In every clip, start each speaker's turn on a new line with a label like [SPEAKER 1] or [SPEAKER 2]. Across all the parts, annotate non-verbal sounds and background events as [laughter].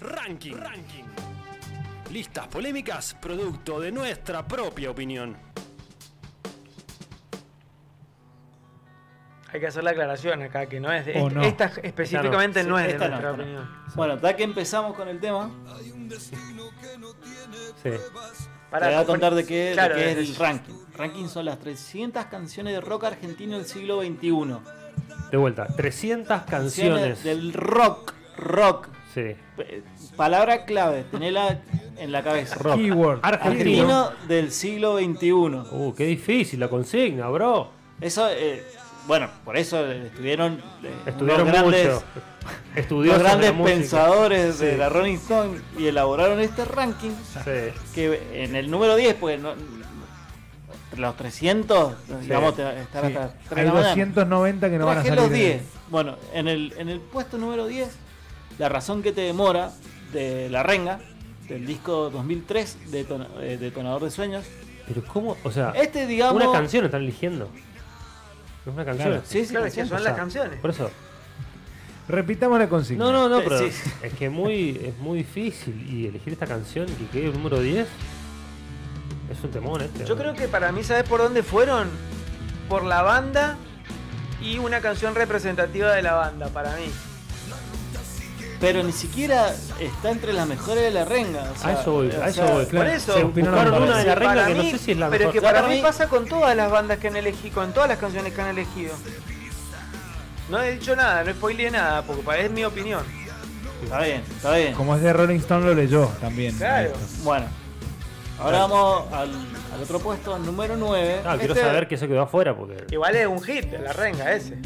[SPEAKER 1] Ranking. Ranking. Listas polémicas, producto de nuestra propia opinión.
[SPEAKER 2] Hay que hacer la aclaración acá, que no es de.
[SPEAKER 3] O
[SPEAKER 2] est-
[SPEAKER 3] no.
[SPEAKER 2] Esta específicamente
[SPEAKER 4] Sí,
[SPEAKER 2] no es de
[SPEAKER 4] esta no,
[SPEAKER 2] nuestra
[SPEAKER 4] esta no.
[SPEAKER 2] opinión.
[SPEAKER 4] Bueno, ya que empezamos con el tema,
[SPEAKER 3] Sí.
[SPEAKER 2] Pará,
[SPEAKER 4] te voy a
[SPEAKER 2] compon-
[SPEAKER 4] contar de qué, de
[SPEAKER 2] Claro,
[SPEAKER 4] qué es
[SPEAKER 2] desde-
[SPEAKER 4] el ranking. Ranking son las 300 canciones de rock argentino del siglo XXI.
[SPEAKER 3] De vuelta, 300 canciones.
[SPEAKER 4] del rock, rock.
[SPEAKER 3] Sí.
[SPEAKER 4] Eh, Palabra clave, tenela en la cabeza.
[SPEAKER 3] Rock.
[SPEAKER 5] Keyword.
[SPEAKER 3] Argentino.
[SPEAKER 4] Argentino del siglo XXI.
[SPEAKER 3] Uh, qué difícil la consigna, bro.
[SPEAKER 4] Eso, eh, bueno, por eso eh, estuvieron, eh,
[SPEAKER 3] Estudiaron
[SPEAKER 4] los grandes,
[SPEAKER 3] mucho.
[SPEAKER 4] [laughs] los
[SPEAKER 3] Estudiosos
[SPEAKER 4] grandes
[SPEAKER 3] de la música.
[SPEAKER 4] pensadores de la Rolling Stone y elaboraron este ranking
[SPEAKER 3] Sí.
[SPEAKER 4] que en el número 10, porque no, los 300, digamos, te va a estar
[SPEAKER 5] Sí,
[SPEAKER 4] hasta 3 de
[SPEAKER 5] Hay
[SPEAKER 4] la mañana.
[SPEAKER 5] 290 que no van a
[SPEAKER 4] Traje
[SPEAKER 5] salir.
[SPEAKER 4] los
[SPEAKER 5] de-
[SPEAKER 4] 10. Bueno, en el, en el puesto número 10, la razón que te demora de La Renga, del disco 2003, de Tona- eh, Detonador de Sueños.
[SPEAKER 3] Pero cómo, o sea,
[SPEAKER 4] Este, digamos.
[SPEAKER 3] Ah, una canción están eligiendo. Es una canción.
[SPEAKER 5] Claro.
[SPEAKER 4] Sí, sí,
[SPEAKER 2] Claro, es que
[SPEAKER 4] canción.
[SPEAKER 2] son
[SPEAKER 3] O
[SPEAKER 2] las
[SPEAKER 3] sea,
[SPEAKER 2] canciones.
[SPEAKER 3] Por eso.
[SPEAKER 5] Repitamos la consigna.
[SPEAKER 3] No, no, no,
[SPEAKER 4] Sí,
[SPEAKER 3] pero
[SPEAKER 4] sí.
[SPEAKER 3] es que muy, es muy difícil. Y elegir esta canción que quede el número 10 es un temón este.
[SPEAKER 2] Yo
[SPEAKER 3] ¿no?
[SPEAKER 2] creo que para mí, ¿sabes por dónde fueron? Por la banda y una canción representativa de la banda, para mí.
[SPEAKER 4] Pero ni siquiera está entre las mejores de La Renga. o sea,
[SPEAKER 3] A eso voy,
[SPEAKER 4] o
[SPEAKER 3] a eso
[SPEAKER 4] sea,
[SPEAKER 3] voy.
[SPEAKER 2] Por
[SPEAKER 3] Claro.
[SPEAKER 2] eso,
[SPEAKER 3] Se
[SPEAKER 5] opinó
[SPEAKER 3] buscaron
[SPEAKER 5] la
[SPEAKER 3] una de
[SPEAKER 5] misma.
[SPEAKER 3] la regla
[SPEAKER 2] para
[SPEAKER 3] que no
[SPEAKER 2] mí-
[SPEAKER 3] sé si es la
[SPEAKER 2] Pero
[SPEAKER 3] mejor.
[SPEAKER 2] que para,
[SPEAKER 4] Para
[SPEAKER 2] mí
[SPEAKER 4] mí-
[SPEAKER 2] pasa con todas las bandas que han elegido, con todas las canciones que han elegido. No he dicho nada, no spoileé nada, porque pa- es mi opinión.
[SPEAKER 4] Está bien, está bien.
[SPEAKER 5] Como es de Rolling Stone, lo leyó también.
[SPEAKER 2] Claro.
[SPEAKER 5] Esto.
[SPEAKER 4] Bueno, ahora vamos al, al otro puesto, al número 9.
[SPEAKER 3] Ah, quiero
[SPEAKER 2] este-
[SPEAKER 3] saber que eso quedó afuera porque.
[SPEAKER 2] Igual es un hit, la renga ese.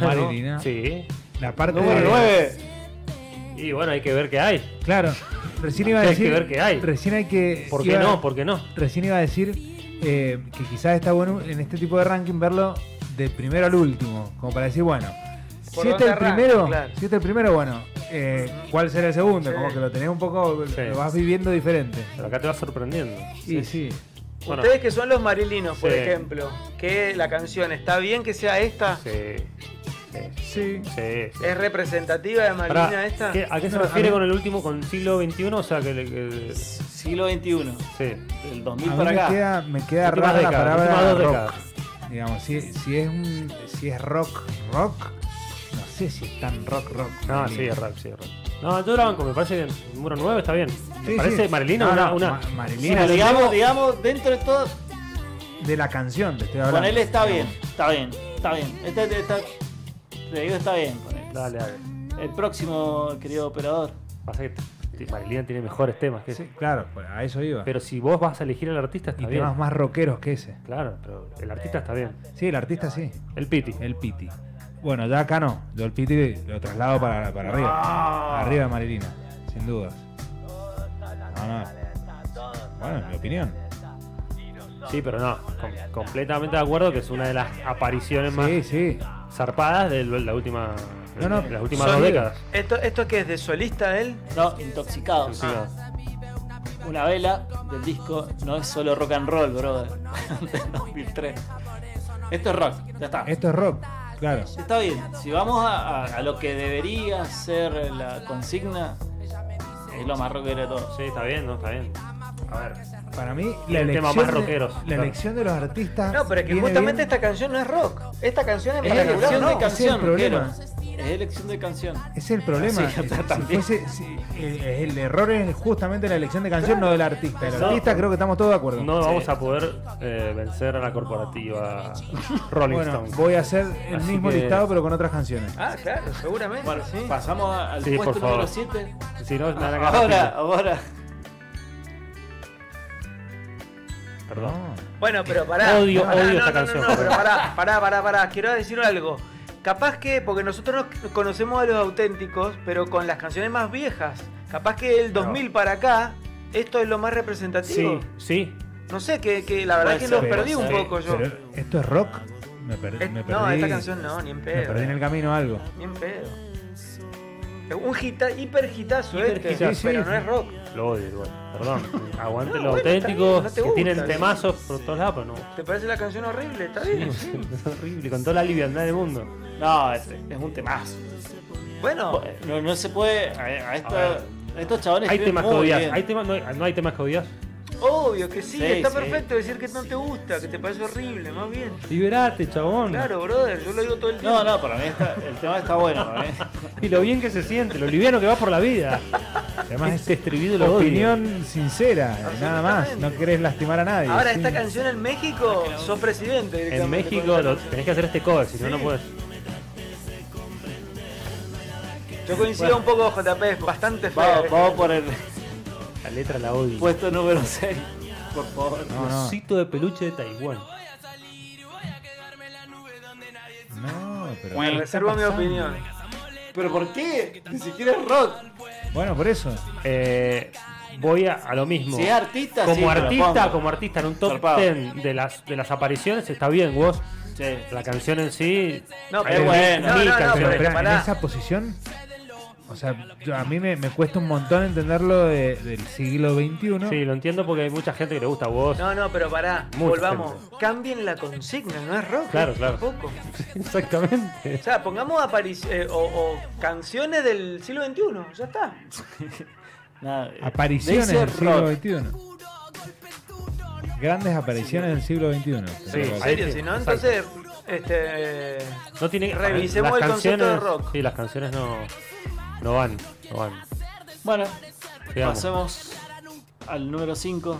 [SPEAKER 5] Marilina.
[SPEAKER 3] Sí.
[SPEAKER 5] La parte
[SPEAKER 4] número
[SPEAKER 5] de-
[SPEAKER 4] 9.
[SPEAKER 3] Y bueno, hay que ver qué hay.
[SPEAKER 5] Claro. Recién iba a
[SPEAKER 3] Hay que
[SPEAKER 5] decir.
[SPEAKER 3] ver qué hay.
[SPEAKER 5] Recién hay que.
[SPEAKER 3] ¿Por qué
[SPEAKER 5] iba-
[SPEAKER 3] no? ¿Por qué no?
[SPEAKER 5] Recién iba a decir eh, que quizás está bueno en este tipo de ranking verlo de primero al último. Como para decir, bueno. Si
[SPEAKER 2] dónde
[SPEAKER 5] este, el
[SPEAKER 2] arranca,
[SPEAKER 5] primero,
[SPEAKER 2] claro.
[SPEAKER 5] si este el primero, bueno, eh, ¿cuál será el segundo?
[SPEAKER 2] Sí.
[SPEAKER 5] Como que lo tenés un poco,
[SPEAKER 3] Sí.
[SPEAKER 5] lo vas viviendo diferente.
[SPEAKER 3] Pero acá te va sorprendiendo.
[SPEAKER 5] Y sí,
[SPEAKER 3] Bueno.
[SPEAKER 2] Ustedes que son los marilinos, por
[SPEAKER 3] Sí.
[SPEAKER 2] ejemplo, que la canción está bien que sea esta,
[SPEAKER 3] Sí.
[SPEAKER 5] sí.
[SPEAKER 3] Sí. sí.
[SPEAKER 2] es representativa de Marilina
[SPEAKER 3] Pará,
[SPEAKER 2] esta.
[SPEAKER 3] ¿qué- ¿A qué se
[SPEAKER 5] No, a
[SPEAKER 3] refiere
[SPEAKER 5] mí-
[SPEAKER 3] con el último, con siglo XXI? O sea, que. le- que-
[SPEAKER 4] Siglo XXI,
[SPEAKER 3] sí.
[SPEAKER 4] del
[SPEAKER 5] A
[SPEAKER 4] 2000
[SPEAKER 5] mí
[SPEAKER 4] para
[SPEAKER 5] me
[SPEAKER 4] acá.
[SPEAKER 5] queda, me queda
[SPEAKER 3] Últimas
[SPEAKER 5] rara la
[SPEAKER 3] décadas, últimas
[SPEAKER 5] palabra
[SPEAKER 3] dos
[SPEAKER 5] rock.
[SPEAKER 3] décadas.
[SPEAKER 5] Digamos, si, si es un, si es rock, rock, no sé si es tan rock, rock.
[SPEAKER 3] No, sí,
[SPEAKER 5] Marilina.
[SPEAKER 3] es rap, sí, es rap. No, yo la banco, me parece bien. Número 9 está bien. Me
[SPEAKER 5] Sí,
[SPEAKER 3] parece
[SPEAKER 5] sí.
[SPEAKER 3] Marilina
[SPEAKER 5] No,
[SPEAKER 3] una.
[SPEAKER 5] no,
[SPEAKER 3] una-
[SPEAKER 5] Ma-
[SPEAKER 4] Sí,
[SPEAKER 5] Marilina
[SPEAKER 4] pero digamos, digamos, dentro de todo,
[SPEAKER 5] de la canción, te estoy hablando.
[SPEAKER 4] con él está bien, está bien, está bien. Este- este- está- te digo, está bien con él.
[SPEAKER 3] Dale, dale.
[SPEAKER 4] El próximo, querido operador.
[SPEAKER 3] Pasa que t- t- Marilina tiene mejores temas que este.
[SPEAKER 5] Sí, claro, por- a eso iba.
[SPEAKER 3] Pero si vos vas a elegir al artista,
[SPEAKER 5] y
[SPEAKER 3] está bien.
[SPEAKER 5] temas más rockeros que ese.
[SPEAKER 3] Claro, pero el artista está bien.
[SPEAKER 5] Sí, el artista sí.
[SPEAKER 3] El Piti.
[SPEAKER 5] El Piti. Bueno, ya acá no. Yo el Piti lo traslado para, para
[SPEAKER 4] Ah.
[SPEAKER 5] arriba. Arriba de Marilina, sin dudas. No, no. Bueno, mi opinión.
[SPEAKER 3] Sí, pero no. com- completamente de acuerdo que es una de las apariciones más
[SPEAKER 5] Sí, sí.
[SPEAKER 3] zarpadas de la última.
[SPEAKER 5] No, no,
[SPEAKER 3] de las últimas dos
[SPEAKER 2] Sonido.
[SPEAKER 3] décadas.
[SPEAKER 2] ¿Esto, ¿Esto qué es de solista él?
[SPEAKER 4] No, intoxicados.
[SPEAKER 5] Ah.
[SPEAKER 3] Sí, no.
[SPEAKER 4] Una vela del disco no es solo rock and roll, brother. [laughs] Del 2003. Esto es rock, ya está.
[SPEAKER 5] Esto es rock, claro.
[SPEAKER 4] Está bien, si vamos a, a- a lo que debería ser la consigna, es lo más rockero de todo.
[SPEAKER 3] Sí, está bien, no, está bien. A ver.
[SPEAKER 5] Para mí,
[SPEAKER 3] Y
[SPEAKER 5] la
[SPEAKER 3] el tema más
[SPEAKER 5] elección, de-
[SPEAKER 3] rockeros,
[SPEAKER 5] la
[SPEAKER 3] claro.
[SPEAKER 5] elección de los artistas.
[SPEAKER 2] No, pero es que
[SPEAKER 5] viene
[SPEAKER 2] justamente
[SPEAKER 5] bien.
[SPEAKER 2] esta canción no es rock. Esta canción es,
[SPEAKER 4] Es
[SPEAKER 2] para
[SPEAKER 4] elección
[SPEAKER 2] laburar,
[SPEAKER 4] de
[SPEAKER 2] no.
[SPEAKER 5] ese es el
[SPEAKER 4] canción,
[SPEAKER 5] problema.
[SPEAKER 4] rockero. Es elección de canción.
[SPEAKER 5] Es el problema.
[SPEAKER 4] Sí,
[SPEAKER 5] Si
[SPEAKER 4] también.
[SPEAKER 5] fuese- si- eh, el error es justamente la elección de canción, no del artista. El
[SPEAKER 3] No.
[SPEAKER 5] artista creo que estamos todos de acuerdo.
[SPEAKER 3] No vamos a poder eh, vencer a la corporativa Rolling
[SPEAKER 5] bueno,
[SPEAKER 3] Stone.
[SPEAKER 5] voy a hacer el
[SPEAKER 3] Así
[SPEAKER 5] mismo
[SPEAKER 3] que-
[SPEAKER 5] listado, pero con otras canciones.
[SPEAKER 2] Ah, claro, seguramente.
[SPEAKER 4] Bueno,
[SPEAKER 2] sí.
[SPEAKER 4] pasamos a- al
[SPEAKER 3] Sí, por
[SPEAKER 4] puesto número
[SPEAKER 3] favor.
[SPEAKER 4] 7.
[SPEAKER 3] Si no, me van a cagar a
[SPEAKER 4] Ahora,
[SPEAKER 3] piña.
[SPEAKER 4] ahora.
[SPEAKER 3] Perdón.
[SPEAKER 2] Bueno, pero pará.
[SPEAKER 3] Odio-
[SPEAKER 2] Pará,
[SPEAKER 3] odio
[SPEAKER 2] no,
[SPEAKER 3] esta
[SPEAKER 2] no,
[SPEAKER 3] canción,
[SPEAKER 2] No, no,
[SPEAKER 3] por
[SPEAKER 2] pero
[SPEAKER 3] favor.
[SPEAKER 2] pará, pará, pará, pará. Quiero decir algo. Capaz que, porque nosotros nos conocemos a los auténticos, pero con las canciones más viejas. Capaz que el 2000 para acá, esto es lo más representativo.
[SPEAKER 3] Sí, sí.
[SPEAKER 2] No sé, que, que la verdad
[SPEAKER 4] Puede
[SPEAKER 2] que
[SPEAKER 4] ser,
[SPEAKER 2] los perdí
[SPEAKER 4] puede
[SPEAKER 2] un
[SPEAKER 4] ser.
[SPEAKER 2] poco yo.
[SPEAKER 5] Pero, ¿Esto es rock? Me, per-
[SPEAKER 2] Es-
[SPEAKER 5] me perdí.
[SPEAKER 2] no, esta canción no, ni en
[SPEAKER 5] Me
[SPEAKER 2] pedo. eh.
[SPEAKER 5] perdí en el camino algo.
[SPEAKER 2] Ni en pedo. Es Un hita, hiper hitazo este,
[SPEAKER 3] Hiperhitazo.
[SPEAKER 5] Sí,
[SPEAKER 2] pero
[SPEAKER 5] sí.
[SPEAKER 2] no es rock.
[SPEAKER 3] Lo odio igual.
[SPEAKER 2] [laughs]
[SPEAKER 3] Perdón. Aguante
[SPEAKER 2] No,
[SPEAKER 3] los
[SPEAKER 2] bueno, está bien,
[SPEAKER 3] auténticos
[SPEAKER 2] no te
[SPEAKER 3] que tienen
[SPEAKER 2] gusta, sí.
[SPEAKER 3] temazos por todos lados, pero no.
[SPEAKER 2] ¿Te parece la canción horrible? Está bien. sí.
[SPEAKER 3] Es horrible, con toda la liviandad del mundo.
[SPEAKER 4] No, es, es un temazo.
[SPEAKER 2] Bueno,
[SPEAKER 4] No, no se puede. A, a esta-
[SPEAKER 3] A ver.
[SPEAKER 4] a estos chavales
[SPEAKER 3] Hay
[SPEAKER 4] escriben
[SPEAKER 3] temas que
[SPEAKER 4] muy
[SPEAKER 3] odias.
[SPEAKER 4] bien.
[SPEAKER 3] Hay temas, no, hay, no hay temas que odias.
[SPEAKER 2] obvio que sí,
[SPEAKER 4] Sí,
[SPEAKER 2] está
[SPEAKER 4] sí.
[SPEAKER 2] perfecto decir que no te gusta, que te parece horrible, más bien.
[SPEAKER 5] Liberate, chabón.
[SPEAKER 2] Claro, brother, yo lo digo todo el tiempo.
[SPEAKER 4] No, no, para mí está- el tema está bueno. ¿eh? Para
[SPEAKER 3] [laughs]
[SPEAKER 4] mí.
[SPEAKER 3] Y lo bien que se siente, lo liviano que va por la vida.
[SPEAKER 5] Además,
[SPEAKER 3] Este estribillo lo odio.
[SPEAKER 5] opinión sincera, nada más. No querés lastimar a nadie.
[SPEAKER 2] Ahora,
[SPEAKER 5] sí.
[SPEAKER 2] esta canción en México, sos presidente.
[SPEAKER 3] En
[SPEAKER 2] directamente con
[SPEAKER 3] México
[SPEAKER 2] esta
[SPEAKER 3] lo-
[SPEAKER 2] canción.
[SPEAKER 3] tenés que hacer este cover, si no, no puedes.
[SPEAKER 2] Yo coincido un poco con JP, es bastante fea.
[SPEAKER 4] Vamos,
[SPEAKER 2] ¿eh?
[SPEAKER 4] vamos por el
[SPEAKER 3] La letra la odio.
[SPEAKER 2] Pues,
[SPEAKER 4] puesto número 6. Por favor.
[SPEAKER 5] No, no.
[SPEAKER 3] Osito de peluche de Taiwán.
[SPEAKER 5] No, pero.
[SPEAKER 4] Bueno,
[SPEAKER 5] ¿qué está
[SPEAKER 2] Reservo mi
[SPEAKER 5] pasando?
[SPEAKER 2] opinión.
[SPEAKER 4] ¿Pero por qué? Ni siquiera es rock.
[SPEAKER 5] Bueno, por eso.
[SPEAKER 3] Eh, voy a, a lo mismo.
[SPEAKER 4] Si es artista, sí,
[SPEAKER 3] como
[SPEAKER 4] te la
[SPEAKER 3] artista,
[SPEAKER 4] pongo.
[SPEAKER 3] como artista en un top
[SPEAKER 4] Zarpado.
[SPEAKER 3] 10 de las, de las apariciones, está bien, vos.
[SPEAKER 4] Sí.
[SPEAKER 3] La canción en sí.
[SPEAKER 2] No,
[SPEAKER 3] hay
[SPEAKER 4] pero-
[SPEAKER 3] mil-
[SPEAKER 4] No,
[SPEAKER 3] mil
[SPEAKER 2] no, no,
[SPEAKER 5] Pero,
[SPEAKER 3] canciones.
[SPEAKER 5] espera,
[SPEAKER 2] pará.
[SPEAKER 5] en esa posición. O sea, yo- a mí me, me cuesta un montón entenderlo de- del siglo XXI.
[SPEAKER 3] Sí, lo entiendo porque hay mucha gente que le gusta a vos.
[SPEAKER 2] No, no, pero pará,
[SPEAKER 3] Muy
[SPEAKER 2] volvamos. Cambien la consigna, no es rock.
[SPEAKER 3] Claro,
[SPEAKER 2] ¿eh?
[SPEAKER 3] claro.
[SPEAKER 2] Tampoco.
[SPEAKER 3] Exactamente.
[SPEAKER 2] O sea, pongamos aparici- eh, o, o canciones del siglo XXI, ya está.
[SPEAKER 4] Nada, eh,
[SPEAKER 5] Apariciones
[SPEAKER 4] dice
[SPEAKER 5] del siglo
[SPEAKER 4] rock.
[SPEAKER 5] XXI. Grandes apariciones del siglo XXI.
[SPEAKER 3] Sí,
[SPEAKER 2] En
[SPEAKER 5] Pero-
[SPEAKER 3] ahí
[SPEAKER 2] serio,
[SPEAKER 3] sí,
[SPEAKER 2] si no,
[SPEAKER 3] exacto.
[SPEAKER 2] entonces, este,
[SPEAKER 3] No tiene
[SPEAKER 2] Revisemos
[SPEAKER 3] las
[SPEAKER 2] el concepto de
[SPEAKER 3] canciones-
[SPEAKER 2] rock.
[SPEAKER 3] Sí, las canciones no, no van. No van.
[SPEAKER 4] Bueno,
[SPEAKER 3] Veamos.
[SPEAKER 4] pasemos al número 5.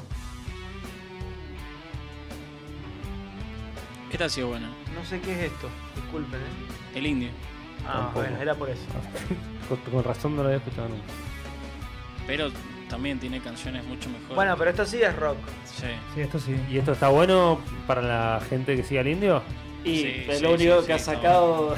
[SPEAKER 6] Esta ha sido buena.
[SPEAKER 2] no sé qué es esto, disculpen. ¿eh?
[SPEAKER 6] El indio.
[SPEAKER 2] Ah,
[SPEAKER 3] Tampoco.
[SPEAKER 2] bueno, era por eso.
[SPEAKER 3] Con, con razón no lo había escuchado nunca.
[SPEAKER 6] Pero también tiene canciones mucho mejores.
[SPEAKER 2] Bueno, pero esto sí es rock.
[SPEAKER 6] Sí.
[SPEAKER 5] Sí, esto sí.
[SPEAKER 3] ¿Y esto está bueno para la gente que sigue al indio? [laughs]
[SPEAKER 4] Y
[SPEAKER 6] Sí,
[SPEAKER 4] es
[SPEAKER 6] sí,
[SPEAKER 4] lo único
[SPEAKER 6] sí,
[SPEAKER 4] que ha
[SPEAKER 6] sí, no.
[SPEAKER 4] sacado.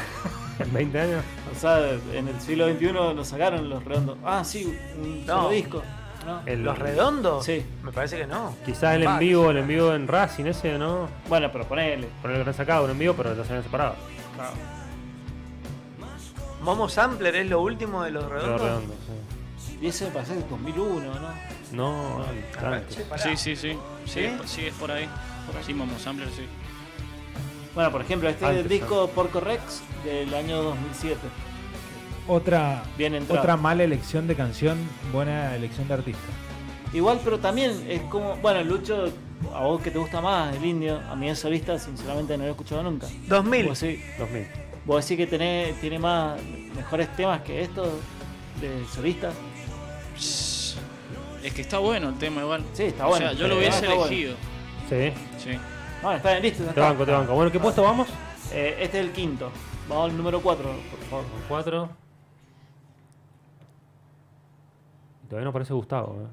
[SPEAKER 3] ¿En 20 años?
[SPEAKER 4] [laughs] O sea, en el siglo XXI nos sacaron los redondos. Ah, sí, un
[SPEAKER 2] No.
[SPEAKER 4] solo disco. ¿no?
[SPEAKER 3] El-
[SPEAKER 2] ¿Los redondos?
[SPEAKER 4] Sí.
[SPEAKER 2] Me parece que no.
[SPEAKER 3] Quizás el en
[SPEAKER 2] Bugs.
[SPEAKER 3] vivo, el en vivo en Racing ese, ¿no?
[SPEAKER 4] Bueno, pero ponele.
[SPEAKER 3] Por lo que han sacado, un en vivo, pero los habían separado.
[SPEAKER 2] Momo Sampler es lo último de los
[SPEAKER 3] Pero
[SPEAKER 2] redondos.
[SPEAKER 3] redondo, sí.
[SPEAKER 4] Y eso me parece en 2001, ¿no?
[SPEAKER 3] No, no,
[SPEAKER 2] Che,
[SPEAKER 3] antes.
[SPEAKER 2] pará.
[SPEAKER 6] Sí, sí, sí. Sí,
[SPEAKER 4] ¿Sí?
[SPEAKER 6] es por- sí, es por ahí. Por ahí. Sí, Momo Sampler, sí.
[SPEAKER 4] Bueno, por ejemplo, este
[SPEAKER 3] Antes,
[SPEAKER 4] disco Porco Rex del año 2007.
[SPEAKER 5] Otra,
[SPEAKER 4] Bien entrado.
[SPEAKER 5] otra mala elección de canción, buena elección de artista.
[SPEAKER 4] Igual, pero también es como. Bueno, Lucho, a vos que te gusta más el indio, a mí en solista, sinceramente, no lo he escuchado nunca.
[SPEAKER 2] 2000.
[SPEAKER 4] Vos sí,
[SPEAKER 3] 2000.
[SPEAKER 4] vos decís que tenés, tiene más mejores temas que estos de solistas.
[SPEAKER 6] Es que está bueno el tema igual.
[SPEAKER 4] Sí, está
[SPEAKER 6] o
[SPEAKER 4] bueno.
[SPEAKER 6] sea, yo lo
[SPEAKER 4] Sí,
[SPEAKER 6] hubiese
[SPEAKER 4] está bueno.
[SPEAKER 6] elegido.
[SPEAKER 3] Sí,
[SPEAKER 6] Sí.
[SPEAKER 4] Bueno, Ah, está bien, listo. ya
[SPEAKER 3] te
[SPEAKER 4] está.
[SPEAKER 3] banco, te banco. Bueno, ¿qué puesto vamos?
[SPEAKER 4] Eh, este es el quinto. Vamos al número 4, por favor.
[SPEAKER 3] 4. Todavía no aparece Gustavo, ¿eh?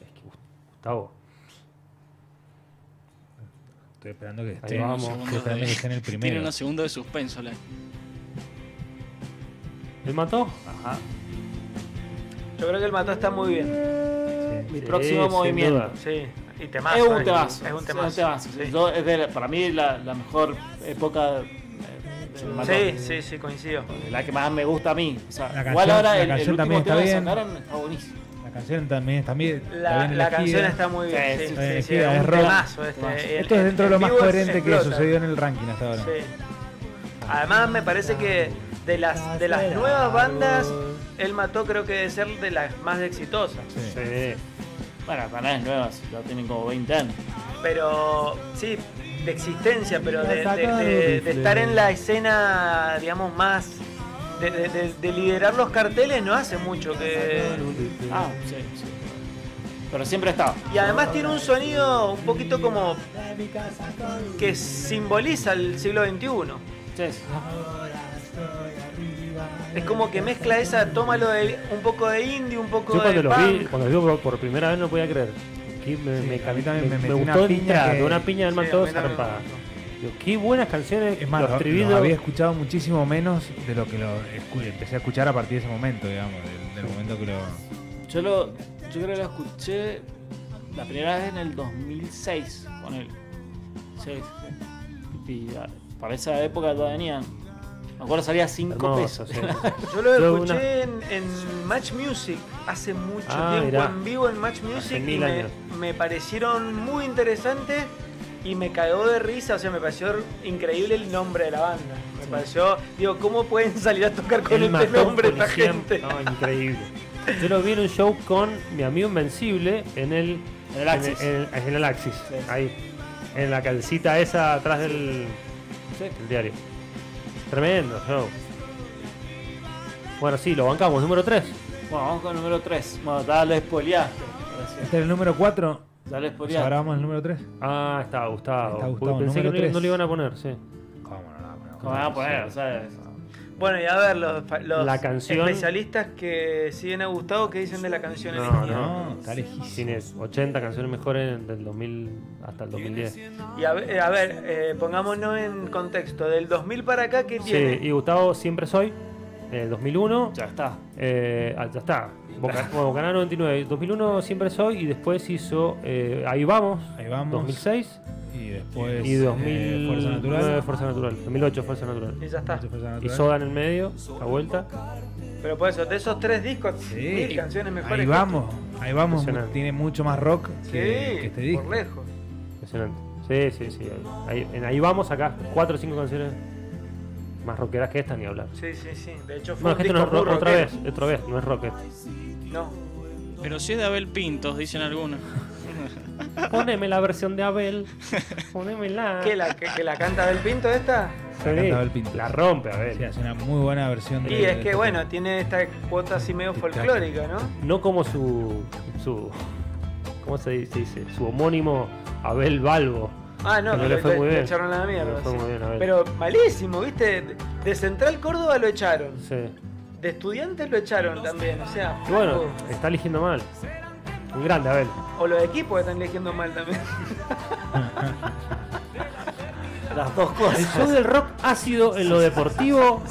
[SPEAKER 3] Es que Gus- Gustavo.
[SPEAKER 5] Estoy esperando que esté,
[SPEAKER 3] vamos.
[SPEAKER 5] estoy
[SPEAKER 6] Segundo
[SPEAKER 5] esperando
[SPEAKER 6] de-
[SPEAKER 5] que esté en el
[SPEAKER 6] Tiene
[SPEAKER 5] primero.
[SPEAKER 6] una segunda de suspenso. La...
[SPEAKER 3] ¿Él mató?
[SPEAKER 2] Yo creo que el mató está muy bien.
[SPEAKER 4] Mi
[SPEAKER 3] Sí,
[SPEAKER 4] próximo
[SPEAKER 3] sin
[SPEAKER 4] movimiento.
[SPEAKER 3] duda.
[SPEAKER 2] Sí. Y temazo.
[SPEAKER 4] es un
[SPEAKER 2] eh.
[SPEAKER 4] temazo.
[SPEAKER 2] Es un temazo. Sí.
[SPEAKER 4] Yo- es de la- para mí la, la mejor época eh, del
[SPEAKER 2] Sí,
[SPEAKER 4] Matón.
[SPEAKER 2] sí, sí, coincido.
[SPEAKER 4] La que más me gusta a mí. O sea,
[SPEAKER 5] La
[SPEAKER 4] igual
[SPEAKER 5] canción-
[SPEAKER 4] ahora
[SPEAKER 5] la
[SPEAKER 4] el, el
[SPEAKER 5] canción
[SPEAKER 4] último
[SPEAKER 5] también está
[SPEAKER 4] tema que
[SPEAKER 5] bien.
[SPEAKER 4] sacaron está buenísimo.
[SPEAKER 5] La canción también está bien. está
[SPEAKER 2] La,
[SPEAKER 5] bien
[SPEAKER 2] la
[SPEAKER 5] elegida.
[SPEAKER 2] canción está muy bien.
[SPEAKER 4] Sí,
[SPEAKER 2] Sí,
[SPEAKER 4] sí,
[SPEAKER 2] sí,
[SPEAKER 5] bien
[SPEAKER 2] sí,
[SPEAKER 5] elegida,
[SPEAKER 2] es
[SPEAKER 5] es
[SPEAKER 2] un
[SPEAKER 5] rock.
[SPEAKER 2] temazo este.
[SPEAKER 4] Temazo.
[SPEAKER 2] En-
[SPEAKER 5] Esto es dentro de lo
[SPEAKER 2] en
[SPEAKER 5] más
[SPEAKER 2] vivo es-
[SPEAKER 5] coherente que
[SPEAKER 2] explota.
[SPEAKER 5] sucedió en el ranking hasta ahora.
[SPEAKER 2] Sí. Además me parece que de las de las nuevas bandas, El Mató creo que debe ser de las más exitosas.
[SPEAKER 5] Sí.
[SPEAKER 3] Sí.
[SPEAKER 4] Bueno, para nada es nueva, si ya tienen como 20 años.
[SPEAKER 2] Pero sí, de existencia, pero de, de- de- de estar en la escena, digamos, más... De, de- de- de liderar los carteles no hace mucho que...
[SPEAKER 4] Ah, sí, sí. Pero siempre está.
[SPEAKER 2] Y además tiene un sonido un poquito como... que simboliza el siglo XXI.
[SPEAKER 4] Sí, sí.
[SPEAKER 2] Es como que mezcla esa, tómalo de un poco de indie, un poco
[SPEAKER 3] Yo
[SPEAKER 2] de
[SPEAKER 3] cuando los vi,
[SPEAKER 2] punk.
[SPEAKER 3] cuando los vi por, por primera vez no podía creer. Qué- me,
[SPEAKER 5] Sí,
[SPEAKER 3] me,
[SPEAKER 5] a mí
[SPEAKER 3] cali-
[SPEAKER 5] también
[SPEAKER 3] me-
[SPEAKER 5] me
[SPEAKER 3] me
[SPEAKER 5] metí una
[SPEAKER 3] gustó
[SPEAKER 5] piña
[SPEAKER 3] entrar,
[SPEAKER 5] que-
[SPEAKER 3] de una piña del
[SPEAKER 2] Sí,
[SPEAKER 3] Mató
[SPEAKER 2] a mí también me
[SPEAKER 3] zarpada.
[SPEAKER 2] gustó.
[SPEAKER 3] Digo, qué buenas canciones,
[SPEAKER 5] Es más,
[SPEAKER 3] los
[SPEAKER 5] lo- lo
[SPEAKER 3] estribillos.
[SPEAKER 5] había escuchado muchísimo menos de lo que lo escu- empecé a escuchar a partir de ese momento, digamos, del, del momento que lo.
[SPEAKER 4] Yo, lo, yo creo que lo escuché la primera vez en el 2006, con él. Sí, sí. Y ah, para esa época todavía venían. Me acuerdo salía 5
[SPEAKER 3] Hermoso,
[SPEAKER 4] pesos.
[SPEAKER 3] sí.
[SPEAKER 5] ¿eh?
[SPEAKER 2] Yo lo
[SPEAKER 3] Yo
[SPEAKER 2] escuché en, en Match Music hace mucho
[SPEAKER 3] Ah,
[SPEAKER 2] tiempo,
[SPEAKER 3] mirá.
[SPEAKER 2] en vivo en Match Music, y
[SPEAKER 3] mil
[SPEAKER 2] me,
[SPEAKER 3] años.
[SPEAKER 2] me parecieron muy interesantes y me cagó de risa, o sea, me pareció increíble el nombre de la banda. Me Me pareció, digo, ¿cómo pueden salir a tocar con
[SPEAKER 3] El
[SPEAKER 2] este
[SPEAKER 3] matón
[SPEAKER 2] nombre esta
[SPEAKER 3] policía-
[SPEAKER 2] gente?
[SPEAKER 3] No, increíble. Yo lo vi en un show con mi amigo Invencible en el.
[SPEAKER 4] En el Axis.
[SPEAKER 3] En el, en el Axis,
[SPEAKER 4] Sí.
[SPEAKER 3] ahí. En la calcita esa atrás del el diario. Tremendo show. Bueno, sí, lo bancamos. Número 3.
[SPEAKER 4] Bueno, vamos con el número 3. Bueno, ya lo espoliaste.
[SPEAKER 5] Este es el número 4.
[SPEAKER 4] Ya lo
[SPEAKER 5] O sea,
[SPEAKER 4] espoliaste.
[SPEAKER 5] ahora vamos al número 3.
[SPEAKER 3] Ah, estaba Gustavo.
[SPEAKER 5] Está
[SPEAKER 3] Uy,
[SPEAKER 5] Gustavo,
[SPEAKER 3] Pensé que
[SPEAKER 5] número
[SPEAKER 3] no, le-
[SPEAKER 5] tres.
[SPEAKER 3] no le iban a poner, sí.
[SPEAKER 5] ¿Cómo no la vamos a poner?
[SPEAKER 4] Como van a poner, o sea, es-
[SPEAKER 2] Bueno, y a ver, los, fa- los
[SPEAKER 3] La canción-
[SPEAKER 2] especialistas que siguen a Gustavo, ¿qué dicen de la canción en
[SPEAKER 3] No,
[SPEAKER 2] elegida?
[SPEAKER 5] No, está lejísimo.
[SPEAKER 3] Tiene 80 canciones mejores del 2000 hasta el 2010.
[SPEAKER 2] Y a ver, a ver, eh, pongámonos en contexto, del 2000 para acá, ¿qué
[SPEAKER 3] Sí,
[SPEAKER 2] tiene?
[SPEAKER 3] y Gustavo Siempre Soy, eh, 2001.
[SPEAKER 4] ya está.
[SPEAKER 3] Eh, ah, ya está. Boca, bueno, Bocanada 99. 2001 siempre soy y después hizo eh, Ahí vamos.
[SPEAKER 5] Ahí vamos.
[SPEAKER 3] 2006
[SPEAKER 5] Y después.
[SPEAKER 3] y
[SPEAKER 5] eh,
[SPEAKER 3] 2009
[SPEAKER 5] Fuerza Natural.
[SPEAKER 3] Fuerza Natural. 2008 Fuerza Natural.
[SPEAKER 2] Y ya está.
[SPEAKER 5] Fuerza Natural.
[SPEAKER 3] Y Soda en el medio, la vuelta.
[SPEAKER 2] Pero por eso, de esos tres discos, mil canciones mejores.
[SPEAKER 5] Ahí
[SPEAKER 2] que
[SPEAKER 5] vamos, ahí vamos.
[SPEAKER 3] Impresionante.
[SPEAKER 5] Tiene mucho más rock
[SPEAKER 2] esto.
[SPEAKER 5] que, que este
[SPEAKER 2] Sí, por
[SPEAKER 5] disco.
[SPEAKER 2] lejos.
[SPEAKER 3] Impresionante. Sí, sí, sí. Ahí, en ahí vamos, acá 4 o 5 canciones más rockeras que esta ni hablar.
[SPEAKER 2] Sí, sí, sí. De hecho, fue
[SPEAKER 3] Bueno,
[SPEAKER 2] un
[SPEAKER 3] gente,
[SPEAKER 2] disco
[SPEAKER 3] no, es
[SPEAKER 2] muy
[SPEAKER 3] rock- otra
[SPEAKER 2] rockero.
[SPEAKER 3] vez, otra vez, no es
[SPEAKER 5] [laughs]
[SPEAKER 3] rocket.
[SPEAKER 2] No.
[SPEAKER 6] Pero si es de Abel Pintos, dicen algunos.
[SPEAKER 3] Poneme la versión de Abel. Poneme la.
[SPEAKER 2] ¿Qué, la, que, que la canta del Pinto esta?
[SPEAKER 5] cantaba Abel Pinto.
[SPEAKER 3] La rompe Abel.
[SPEAKER 5] Sí, hace una muy buena versión de.
[SPEAKER 2] Y es
[SPEAKER 5] de
[SPEAKER 2] que,
[SPEAKER 5] este
[SPEAKER 2] bueno, tiene esta cuota así medio folclórica, ¿no?
[SPEAKER 3] No como su. su ¿Cómo se dice? dice? Su homónimo Abel Balbo.
[SPEAKER 2] Ah, no,
[SPEAKER 3] Que no
[SPEAKER 2] que
[SPEAKER 3] le
[SPEAKER 2] lo-
[SPEAKER 3] fue
[SPEAKER 2] lo-
[SPEAKER 3] muy
[SPEAKER 2] lo
[SPEAKER 3] bien.
[SPEAKER 2] echaron a la mierda.
[SPEAKER 3] No le fue
[SPEAKER 2] sí.
[SPEAKER 3] muy bien, a ver.
[SPEAKER 2] Pero malísimo, ¿viste? De Central Córdoba lo echaron.
[SPEAKER 3] Sí.
[SPEAKER 2] De estudiantes lo echaron también. O sea,
[SPEAKER 3] Y bueno,
[SPEAKER 2] flaco.
[SPEAKER 3] está eligiendo mal. Un grande Abel.
[SPEAKER 2] O los equipos que están eligiendo mal también. [laughs]
[SPEAKER 4] Las
[SPEAKER 3] [laughs]
[SPEAKER 4] dos
[SPEAKER 3] El
[SPEAKER 4] cosas.
[SPEAKER 3] show del rock ácido en lo deportivo.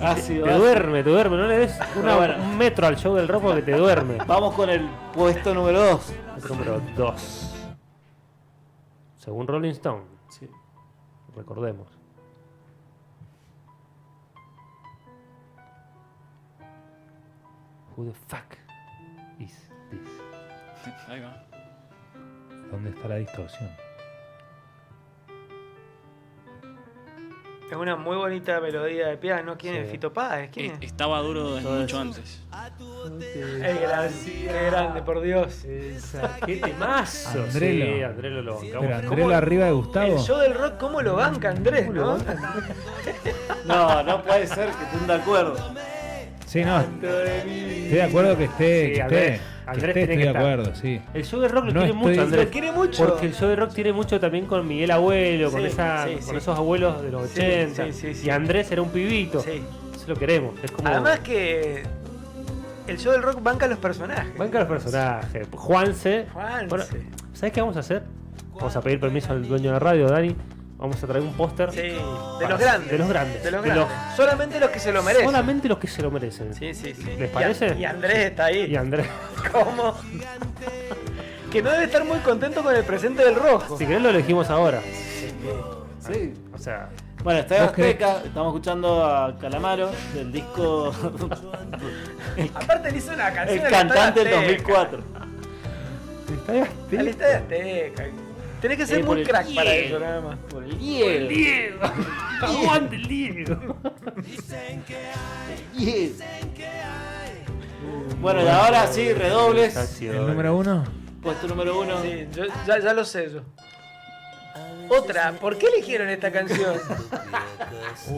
[SPEAKER 4] Ácido,
[SPEAKER 3] Te
[SPEAKER 4] ácido.
[SPEAKER 3] duerme, te duerme. No le des una-
[SPEAKER 4] bueno.
[SPEAKER 3] un metro al show del rock porque te duerme. [laughs]
[SPEAKER 4] Vamos con el puesto número 2.
[SPEAKER 3] Es número 2. Según Rolling Stone, recordemos. Who the fuck is this?
[SPEAKER 6] Ahí va.
[SPEAKER 5] tema. ¿Dónde está la distorsión?
[SPEAKER 2] Es una muy bonita melodía de piano. ¿Quién es?
[SPEAKER 3] Sí.
[SPEAKER 2] Fito Páez, ¿quién
[SPEAKER 6] Eh,
[SPEAKER 2] es?
[SPEAKER 6] Estaba duro desde mucho antes.
[SPEAKER 2] Es grande, grande, por Dios.
[SPEAKER 3] ¿Qué temazo?
[SPEAKER 5] Andrelo.
[SPEAKER 3] Sí, Andrelo lo
[SPEAKER 5] Pero
[SPEAKER 3] bancamos.
[SPEAKER 5] Andrelo arriba de Gustavo.
[SPEAKER 2] El show del rock, ¿cómo lo banca Andrés, no?
[SPEAKER 4] No, no puede ser que estén de acuerdo.
[SPEAKER 5] Sí, no. Estoy de acuerdo que esté.
[SPEAKER 3] Sí,
[SPEAKER 5] que esté,
[SPEAKER 3] Andrés-
[SPEAKER 5] que
[SPEAKER 3] Andrés
[SPEAKER 5] esté,
[SPEAKER 3] tiene
[SPEAKER 5] estoy
[SPEAKER 3] que
[SPEAKER 5] de
[SPEAKER 3] estar.
[SPEAKER 5] acuerdo, sí.
[SPEAKER 3] El show de rock lo
[SPEAKER 5] No
[SPEAKER 3] tiene
[SPEAKER 5] estoy-
[SPEAKER 3] mucho, Andrés.
[SPEAKER 2] Lo quiere mucho.
[SPEAKER 3] Porque el show de rock tiene mucho también con Miguel Abuelo, con,
[SPEAKER 2] Sí,
[SPEAKER 3] esa,
[SPEAKER 2] sí,
[SPEAKER 3] con
[SPEAKER 2] sí.
[SPEAKER 3] esos abuelos de los
[SPEAKER 2] Sí,
[SPEAKER 3] 80.
[SPEAKER 2] sí, sí, sí.
[SPEAKER 3] Y Andrés era un pibito.
[SPEAKER 2] Sí.
[SPEAKER 3] Eso lo queremos. Es como...
[SPEAKER 2] Además que el show del rock banca a los personajes.
[SPEAKER 3] Banca los personajes. Juanse.
[SPEAKER 2] Juanse.
[SPEAKER 3] ¿Sabes qué vamos a hacer? Vamos a pedir permiso al dueño de la radio, Dani. Vamos a traer un póster.
[SPEAKER 2] Sí, de
[SPEAKER 3] Para-
[SPEAKER 2] los grandes.
[SPEAKER 3] de los grandes,
[SPEAKER 2] De los
[SPEAKER 3] de
[SPEAKER 2] grandes. Solamente los que se lo merecen.
[SPEAKER 3] Solamente los que se lo merecen.
[SPEAKER 2] Sí, sí, sí.
[SPEAKER 3] ¿Les
[SPEAKER 2] Y a-
[SPEAKER 3] parece?
[SPEAKER 2] Y, Andrés está ahí.
[SPEAKER 3] Y Andrés.
[SPEAKER 2] [laughs] ¿Cómo? que no debe estar muy contento con el presente del rojo.
[SPEAKER 3] Si querés lo elegimos ahora.
[SPEAKER 4] Sí.
[SPEAKER 3] O sea,
[SPEAKER 4] Bueno, está
[SPEAKER 5] ¿Vos
[SPEAKER 4] Azteca, estamos escuchando a Calamaro del disco
[SPEAKER 3] [laughs]
[SPEAKER 2] Aparte le hizo una canción
[SPEAKER 4] El
[SPEAKER 2] al Estadio
[SPEAKER 4] cantante del
[SPEAKER 2] Azteca.
[SPEAKER 4] 2004.
[SPEAKER 3] está bien.
[SPEAKER 2] Al Estadio Azteca. Tenés que ser
[SPEAKER 4] Eh, por
[SPEAKER 2] muy
[SPEAKER 4] el
[SPEAKER 2] crack para
[SPEAKER 4] Diego.
[SPEAKER 2] eso, nada más.
[SPEAKER 4] Por el hielo.
[SPEAKER 2] [laughs]
[SPEAKER 3] Diego. Aguante el Diego.
[SPEAKER 4] Bueno, y ahora sí,
[SPEAKER 3] Ha
[SPEAKER 4] redobles.
[SPEAKER 3] sido- eh.
[SPEAKER 5] El número uno.
[SPEAKER 4] Puesto número 1.
[SPEAKER 2] Sí, yo- ya, ya lo sé yo. Otra, ¿por qué eligieron esta canción?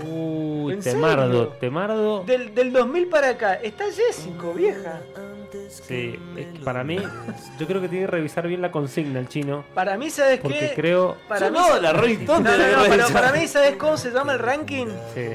[SPEAKER 3] Uy,
[SPEAKER 2] ¿En
[SPEAKER 3] Temardo.
[SPEAKER 2] serio?
[SPEAKER 3] Temardo.
[SPEAKER 2] Del, del 2000 para acá, está Jessico, vieja.
[SPEAKER 3] Sí, es que para mí, yo creo que tiene que revisar bien la consigna el chino.
[SPEAKER 2] Para mí, ¿sabes
[SPEAKER 3] Porque
[SPEAKER 2] qué?
[SPEAKER 3] creo.
[SPEAKER 2] Para mí,
[SPEAKER 4] no, la Rolling
[SPEAKER 2] no,
[SPEAKER 4] Stone.
[SPEAKER 2] no,
[SPEAKER 4] te
[SPEAKER 2] no,
[SPEAKER 4] lo
[SPEAKER 2] pero
[SPEAKER 4] hizo.
[SPEAKER 2] para mí, ¿sabes cómo se llama el ranking?
[SPEAKER 3] Sí.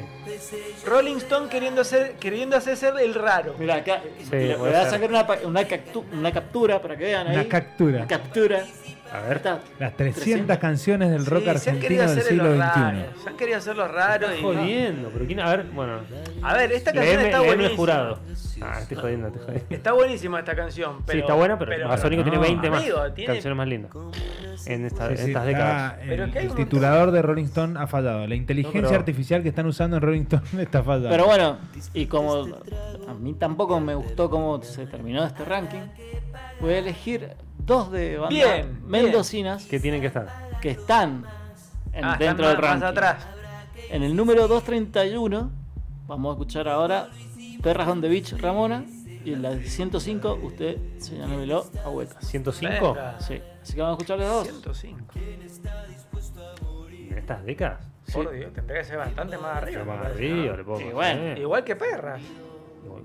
[SPEAKER 2] Rolling Stone queriendo hacer, queriendo hacer ser el raro.
[SPEAKER 4] Mira, acá le voy
[SPEAKER 3] puede
[SPEAKER 4] a
[SPEAKER 3] ser.
[SPEAKER 4] sacar una, pa- una, captu- una captura para que vean ahí.
[SPEAKER 5] Una captura.
[SPEAKER 4] Una captura.
[SPEAKER 3] A ver.
[SPEAKER 4] Está.
[SPEAKER 5] Las 300 canciones del rock
[SPEAKER 2] Sí, se han querido
[SPEAKER 5] argentino del
[SPEAKER 2] hacer los
[SPEAKER 5] siglo
[SPEAKER 2] raros.
[SPEAKER 5] XXI.
[SPEAKER 2] Se han querido hacer los raros. y-
[SPEAKER 3] Jodiendo, pero quién. A ver, bueno.
[SPEAKER 2] A ver, esta canción
[SPEAKER 3] Leeme,
[SPEAKER 2] está
[SPEAKER 3] leeme el
[SPEAKER 2] buenísima.
[SPEAKER 3] jurado. Ah, estoy jodiendo, estoy jodiendo.
[SPEAKER 2] Está buenísima esta canción. Pero,
[SPEAKER 3] sí, está buena, pero, Babasónico
[SPEAKER 5] no,
[SPEAKER 3] tiene 20 más
[SPEAKER 2] amigo, tiene-
[SPEAKER 3] canciones más lindas en, esta-
[SPEAKER 5] Sí,
[SPEAKER 3] en
[SPEAKER 5] sí,
[SPEAKER 3] estas
[SPEAKER 5] está-
[SPEAKER 3] décadas.
[SPEAKER 2] Pero
[SPEAKER 5] el,
[SPEAKER 2] que hay
[SPEAKER 5] el
[SPEAKER 2] un montón.
[SPEAKER 5] titulador de Rolling Stone ha fallado. La inteligencia
[SPEAKER 3] pero-
[SPEAKER 5] artificial que están usando en Rolling Stone [laughs] está fallando.
[SPEAKER 4] Pero bueno, y como a mí tampoco me gustó cómo se terminó este ranking, voy a elegir dos de bandas
[SPEAKER 2] Bien,
[SPEAKER 4] mendocinas
[SPEAKER 3] Que tienen que estar.
[SPEAKER 4] que están en-
[SPEAKER 2] Ah, está
[SPEAKER 4] dentro
[SPEAKER 2] más-
[SPEAKER 4] del ranking.
[SPEAKER 2] Más atrás.
[SPEAKER 4] En el número 231 vamos a escuchar ahora Perras on the Beach Ramona y en la 105 usted se llameló Agüetas.
[SPEAKER 3] 105
[SPEAKER 2] Venga.
[SPEAKER 4] Sí, así que vamos a escuchar los dos.
[SPEAKER 2] 105.
[SPEAKER 3] en estas décadas.
[SPEAKER 2] Por Dios, tendría que ser bastante más arriba.
[SPEAKER 3] Yo
[SPEAKER 2] me
[SPEAKER 3] más
[SPEAKER 2] parece.
[SPEAKER 3] arriba, le puedo
[SPEAKER 4] Y
[SPEAKER 3] poner.
[SPEAKER 4] bueno.
[SPEAKER 2] Igual que perras.